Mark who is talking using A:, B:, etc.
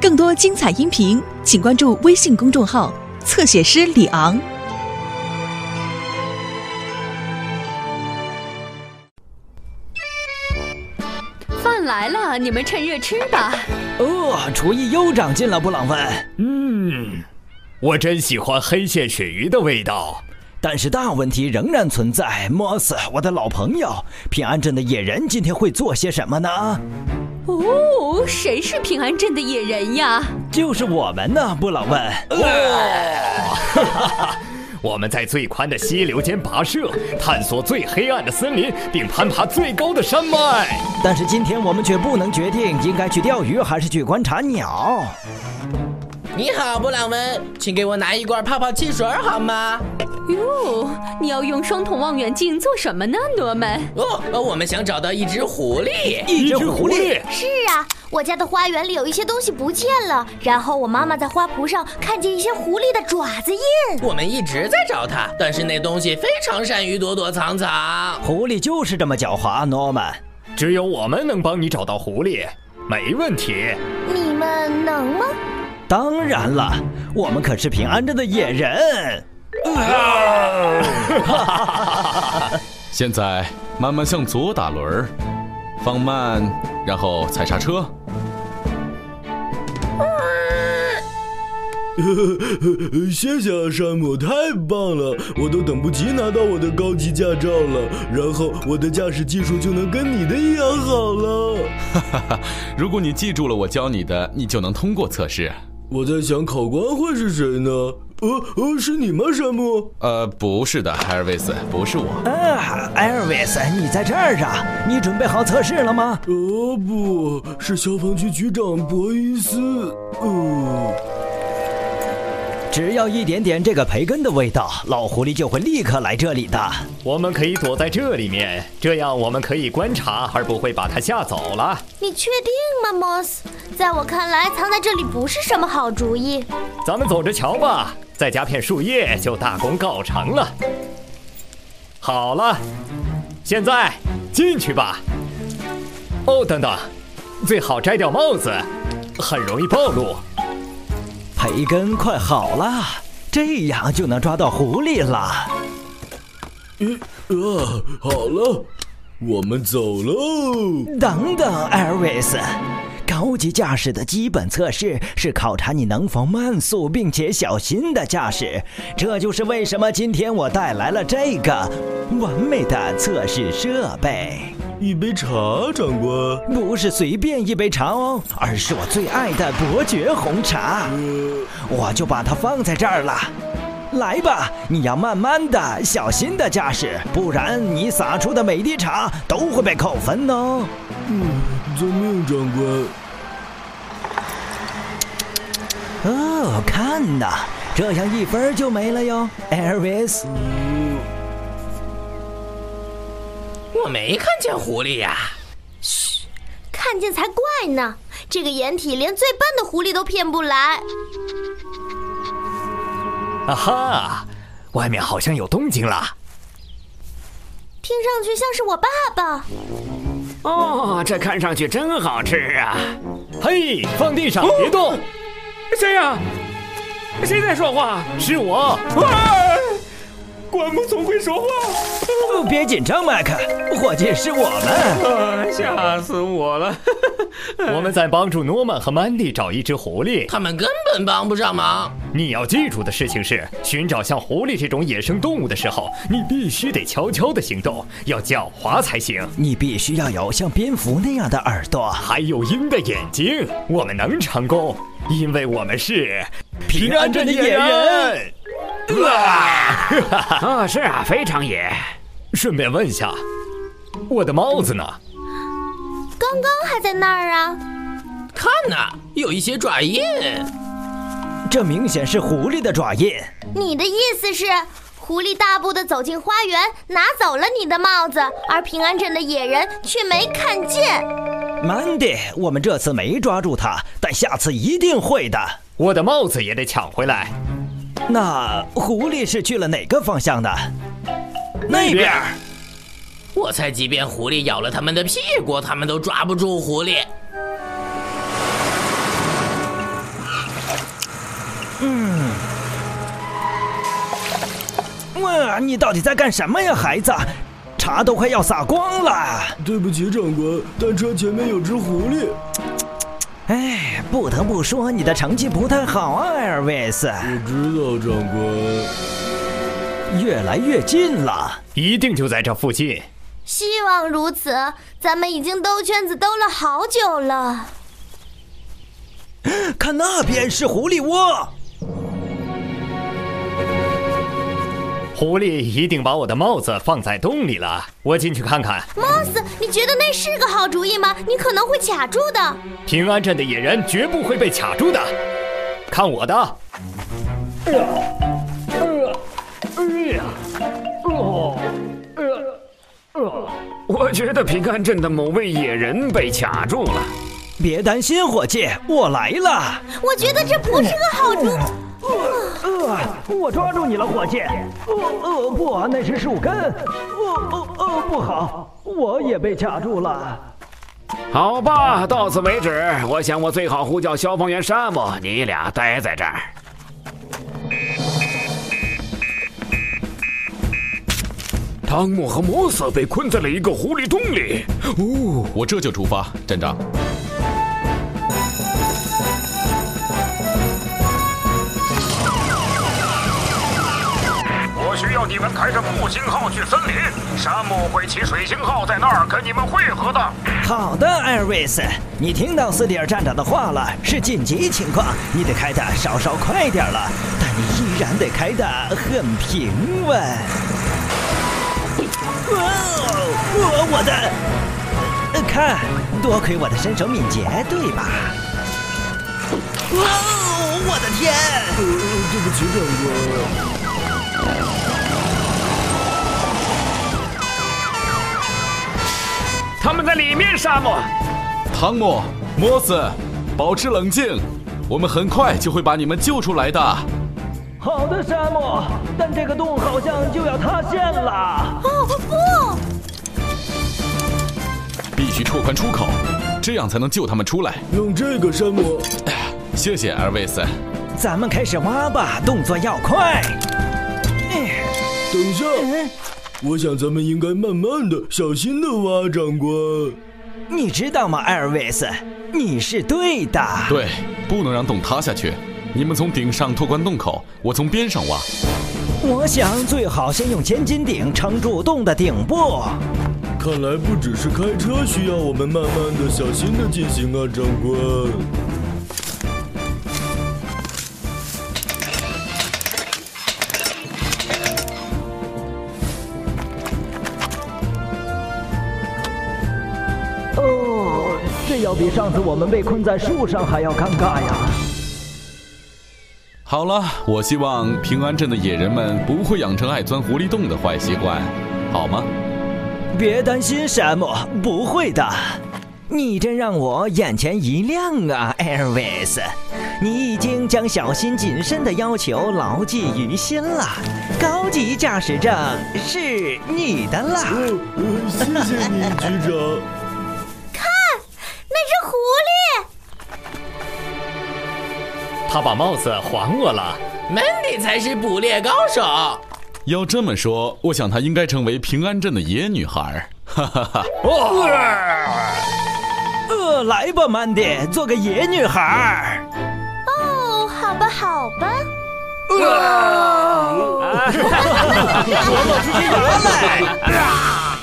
A: 更多精彩音频，请关注微信公众号“侧写师李昂
B: 饭来了，你们趁热吃吧。
C: 哦，厨艺又长进了，布朗芬。
D: 嗯，我真喜欢黑线鳕鱼的味道。
C: 但是大问题仍然存在，莫斯，我的老朋友，平安镇的野人今天会做些什么呢？
B: 哦，谁是平安镇的野人呀？
C: 就是我们呢，布朗问。呃
D: 我们在最宽的溪流间跋涉，探索最黑暗的森林，并攀爬最高的山脉。
C: 但是今天我们却不能决定应该去钓鱼还是去观察鸟。
E: 你好，布朗文，请给我拿一罐泡泡汽水儿好吗？
B: 哟，你要用双筒望远镜做什么呢，罗门？
E: 哦，呃我们想找到一只狐狸。
C: 一只狐狸，，
F: 是啊，我家的花园里有一些东西不见了，然后我妈妈在花圃上看见一些狐狸的爪子印。
E: 我们一直在找它，但是那东西非常善于躲躲藏藏。
C: 狐狸就是这么狡猾，诺曼。
D: 只有我们能帮你找到狐狸，没问题。
F: 你们能吗？
C: 当然了，我们可是平安镇的野人。
G: 现在慢慢向左打轮儿，放慢，然后踩刹车。
H: 谢谢啊，山姆，太棒了！我都等不及拿到我的高级驾照了，然后我的驾驶技术就能跟你的一样好了。
G: 如果你记住了我教你的，你就能通过测试。
H: 我在想，考官会是谁呢？呃呃，是你吗，山姆？
G: 呃，不是的，海尔维斯，不是我。
C: 啊，艾尔维斯，你在这儿啊？你准备好测试了吗？
H: 哦，不是消防局局长博伊斯。呃，
C: 只要一点点这个培根的味道，老狐狸就会立刻来这里的。
D: 我们可以躲在这里面，这样我们可以观察，而不会把它吓走了。
F: 你确定吗，Moss？在我看来，藏在这里不是什么好主意。
D: 咱们走着瞧吧，再加片树叶就大功告成了。好了，现在进去吧。哦，等等，最好摘掉帽子，很容易暴露。
C: 培根快好了，这样就能抓到狐狸了。
H: 啊，好了，我们走喽。
C: 等等，艾尔维斯，高级驾驶的基本测试是考察你能否慢速并且小心的驾驶，这就是为什么今天我带来了这个完美的测试设备。
H: 一杯茶，长官。
C: 不是随便一杯茶哦，而是我最爱的伯爵红茶，我就把它放在这儿了。来吧，你要慢慢的、小心的驾驶，不然你洒出的每滴茶都会被扣分哦。
H: 遵命，长官。
C: 哦，看呐，这样一分儿就没了哟。Elvis，
E: 我没看见狐狸呀、
F: 看见才怪呢！这个掩体连最笨的狐狸都骗不来。
D: 啊哈，外面好像有动静了。
F: 听上去像是我爸爸。
I: 哦，这看上去真好吃啊！
D: 嘿，放地上，别动，
I: 谁呀、谁在说话？
D: 是我。哎
I: 啊！灌木总会说话。
C: 哦别紧张，麦克，伙计是我们。
I: 啊，吓死我了！
D: 我们在帮助诺曼和曼迪找一只狐狸。
E: 他们根本帮不上忙。
D: 你要记住的事情是，寻找像狐狸这种野生动物的时候，你必须得悄悄的行动，要狡猾才行。
C: 你必须要有像蝙蝠那样的耳朵。
D: 还有鹰的眼睛，我们能成功，因为我们是
C: 平安镇的野人。
I: 啊，是啊，非常野。
D: 顺便问一下，我的帽子呢？
F: 刚刚还在那儿啊！
E: 看呐、有一些爪印。
C: 这明显是狐狸的爪印。
F: 你的意思是，狐狸大步地走进花园，拿走了你的帽子，而平安镇的野人却没看见。
C: Mandy，我们这次没抓住它，但下次一定会的。
D: 我的帽子也得抢回来。
C: 那狐狸是去了哪个方向的？那边儿。
E: 我猜，即便狐狸咬了他们的屁股，他们都抓不住狐狸。
C: 啊，你到底在干什么呀，孩子？茶都快要洒光了。
H: 对不起，长官，但车前面有只狐狸。
C: 哎，不得不说你的成绩不太好啊，艾尔维斯，
H: 我知道，长官。
C: 越来越近了。
D: 一定就在这附近。
F: 希望如此。咱们已经兜圈子兜了好久了。
C: 看那边是狐狸窝，
D: 狐狸一定把我的帽子放在洞里了，我进去看看。
F: Moss，你觉得那是个好主意吗？你可能会卡住的。
D: 平安镇的野人绝不会被卡住的，看我的！
I: 我觉得平安镇的某位野人被卡住了。
C: 别担心，伙计，我来了。
F: 我觉得这不是个好主。
C: 呃，我抓住你了，伙计。呃呃，不，那是树根。呃呃呃，不好，我也被卡住了。
I: 好吧，到此为止。我想我最好呼叫消防员山姆，你俩待在这儿。汤姆和摩斯被困在了一个狐狸洞里。哦，
G: 我这就出发，站长。
J: 我需要你们开着木星号去森林，山姆会骑水星号在那儿跟你们会合的。
C: 好的，艾尔维斯，你听到斯蒂尔站长的话了，是紧急情况，你得开的稍稍快点了，但你依然得开的很平稳。哇哦，我我的，呃看，多亏我的身手敏捷，对吧？哇哦，我的天！
H: 呃，对不起，长官。
I: 他们在里面，沙漠。
G: 汤姆、摩斯，保持冷静，我们很快就会把你们救出来的。
C: 好的，山姆，但这个洞好像就要塌陷了。
F: 哦不！
G: 必须拓宽出口，这样才能救他们出来。
H: 用这个，山姆。
G: 谢谢，艾维斯。
C: 咱们开始挖吧，动作要快。
H: 等一下，我想咱们应该慢慢的、小心的挖，长官。
C: 你知道吗，艾尔维斯，你是对的。
G: 对，不能让洞塌下去。你们从顶上拓宽洞口，我从边上挖。
C: 我想最好先用千斤顶撑住洞的顶部。
H: 看来不只是开车需要我们慢慢的、小心的进行啊，长官。
C: 哦，这要比上次我们被困在树上还要尴尬呀。
G: 好了，我希望平安镇的野人们不会养成爱钻狐狸洞的坏习惯，好吗？
C: 别担心，山姆，不会的。你真让我眼前一亮啊，艾尔维斯！你已经将小心谨慎的要求牢记于心了。高级驾驶证是你的啦。
H: 哦，呃谢谢你，局长。
F: 那只狐狸，
D: 他把帽子还我了。
E: ，Mandy 才是捕猎高手。
G: 要这么说，我想她应该成为平安镇的野女孩。哈哈哈！
C: 呃，来吧，Mandy，做个野女孩儿。
F: 哦，好吧，好吧。
C: 我露出獠牙来。